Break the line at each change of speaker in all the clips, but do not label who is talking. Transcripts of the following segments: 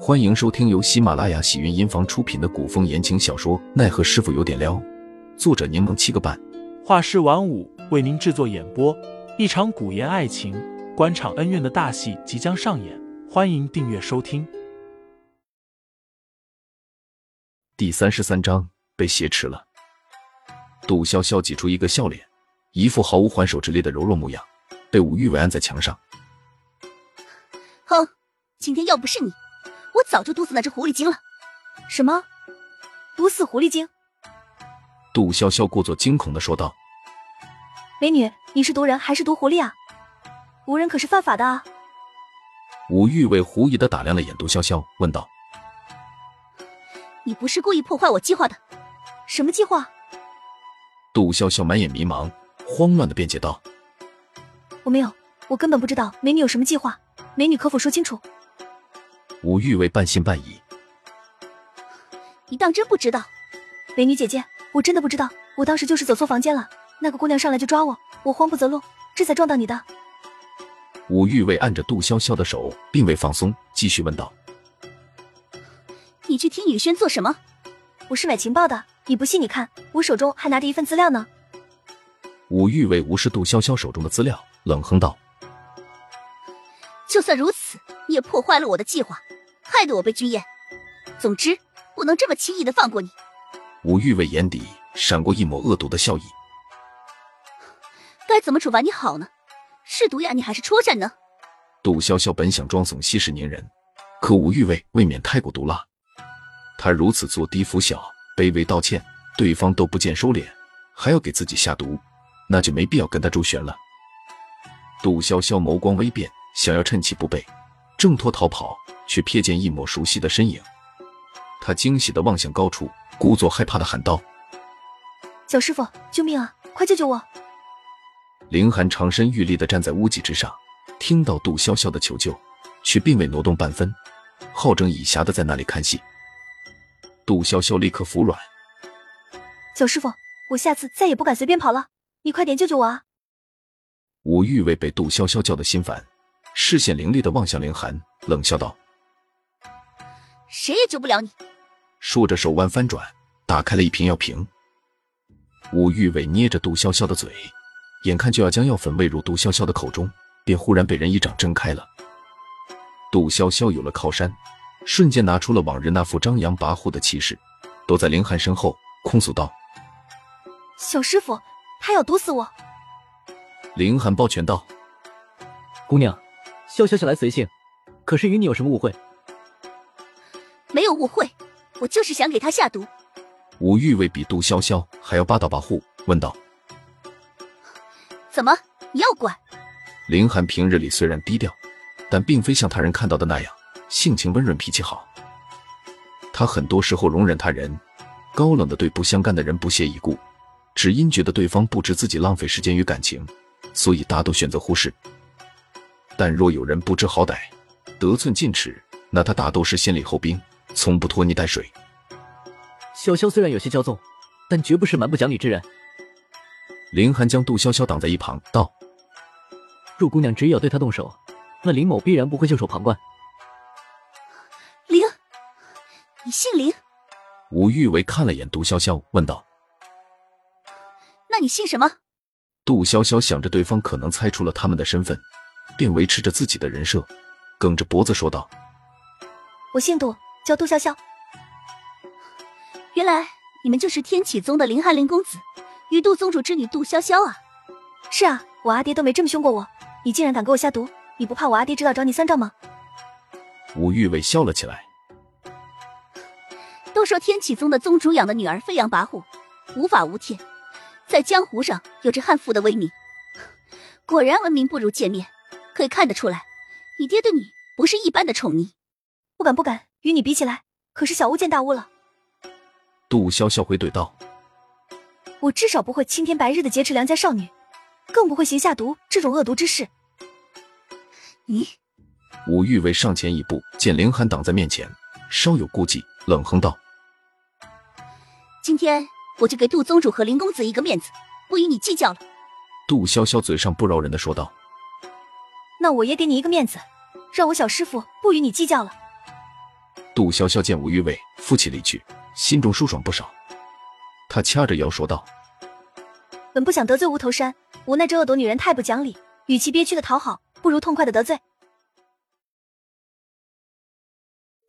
欢迎收听由喜马拉雅喜云音房出品的古风言情小说《奈何师傅有点撩》，作者柠檬七个半，
画师晚舞为您制作演播。一场古言爱情、官场恩怨的大戏即将上演，欢迎订阅收听。
第三十三章被挟持了。杜潇潇挤出一个笑脸，一副毫无还手之力的柔弱模样，被武玉伟按在墙上。
哼，今天要不是你，我早就毒死那只狐狸精了。
什么？毒死狐狸精？
杜潇潇故作惊恐的说道
美女，你是毒人还是毒狐狸啊？毒人可是犯法的啊！：“
武玉伟狐疑的打量了眼杜潇潇，问道
你不是故意破坏我计划的，
什么计划？：‘
杜潇潇满眼迷茫，慌乱的辩解道
我没有，我根本不知道美女有什么计划。美女可否说清楚？：‘
武玉伟半信半疑。
你当真不知道？
美女姐姐，我真的不知道，我当时就是走错房间了。那个姑娘上来就抓我，我慌不择路，这才撞到你的。’
武玉伟按着杜潇潇的手，并未放松，继续问道
你去听雨轩做什么？
我是买情报的，你不信你看，我手中还拿着一份资料呢。：‘
武玉伟无视杜潇潇手中的资料，冷哼道。’
就算如此，你也破坏了我的计划，害得我被军宴。总之，不能这么轻易的放过你。
武玉伟眼底闪过一抹恶毒的笑意。
该怎么处罚你好呢？是毒哑你还是戳战呢？
杜潇潇本想装怂息事宁人，可武玉伟未免太过毒辣。他如此做低服小，卑微道歉，对方都不见收敛，还要给自己下毒，那就没必要跟他周旋了。杜潇潇眸光微变，想要趁其不备，挣脱逃跑，却瞥见一抹熟悉的身影。他惊喜地望向高处，故作害怕地喊道：“
小师傅，救命啊！快救救我！
凌寒长身玉立地站在屋脊之上，听到杜潇潇的求救，却并未挪动半分，好整以暇地在那里看戏。杜潇潇立刻服软，
小师傅，我下次再也不敢随便跑了。你快点救救我啊！
武玉伟被杜潇潇叫得心烦，视线凌厉地望向凌寒，冷笑道
谁也救不了你。：“
说着手腕翻转，打开了一瓶药瓶。”武玉伟捏着杜潇潇的嘴，眼看就要将药粉喂入杜潇潇的口中，便忽然被人一掌挣开了。杜潇潇有了靠山，瞬间拿出了往日那副张扬跋扈的气势，躲在凌寒身后，控诉道
小师傅，他要毒死我！：“
凌寒抱拳道，
姑娘，潇潇向来随性，可是与你有什么误会？
没有误会，我就是想给他下毒。
武玉伟比杜潇潇还要霸道跋扈，问道。
怎么，你要管？
凌寒平日里虽然低调，但并非像他人看到的那样性情温润、脾气好。他很多时候容忍他人，高冷的对不相干的人不屑一顾，只因觉得对方不值自己浪费时间与感情，所以大都选择忽视。但若有人不知好歹，得寸进尺，那他大都是先礼后兵，从不拖泥带水。
潇潇虽然有些骄纵，但绝不是蛮不讲理之人。
凌寒将杜潇潇挡在一旁，道
若姑娘执意要对他动手，那林某必然不会袖手旁观。
灵，你姓灵？：“
吴玉为看了眼杜潇潇，问道。”
那你姓什么？
杜潇潇想着对方可能猜出了他们的身份，便维持着自己的人设，梗着脖子说道
我姓杜，叫杜潇潇。
原来你们就是天启宗的林翰林公子与杜宗主之女杜潇潇啊！
是啊，我阿爹都没这么凶过我，你竟然敢给我下毒，你不怕我阿爹知道找你算账吗？。
武玉伟笑了起来，
都说天启宗的宗主养的女儿飞扬跋扈，无法无天，在江湖上有着悍妇的威名。果然文明不如见面，可以看得出来，你爹对你不是一般的宠溺。
不敢不敢，与你比起来，可是小巫见大巫了。
杜潇潇回怼道
我至少不会青天白日的劫持良家少女，更不会行下毒这种恶毒之事。
咦，：“
武玉伟上前一步，见凌寒挡在面前，稍有顾忌，冷哼道
今天我就给杜宗主和林公子一个面子，不与你计较了。：‘
杜潇潇嘴上不饶人的说道。
那我也给你一个面子，让我小师傅不与你计较了。’
杜潇潇见吴玉卫负起力去，心中舒爽不少。她掐着腰说道
本不想得罪无头山，无奈这恶毒女人太不讲理，与其憋屈的讨好，不如痛快的得罪。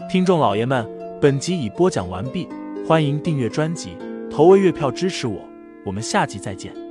听众老爷们，本集已播讲完毕，欢迎订阅专辑，投喂月票支持我，我们下集再见。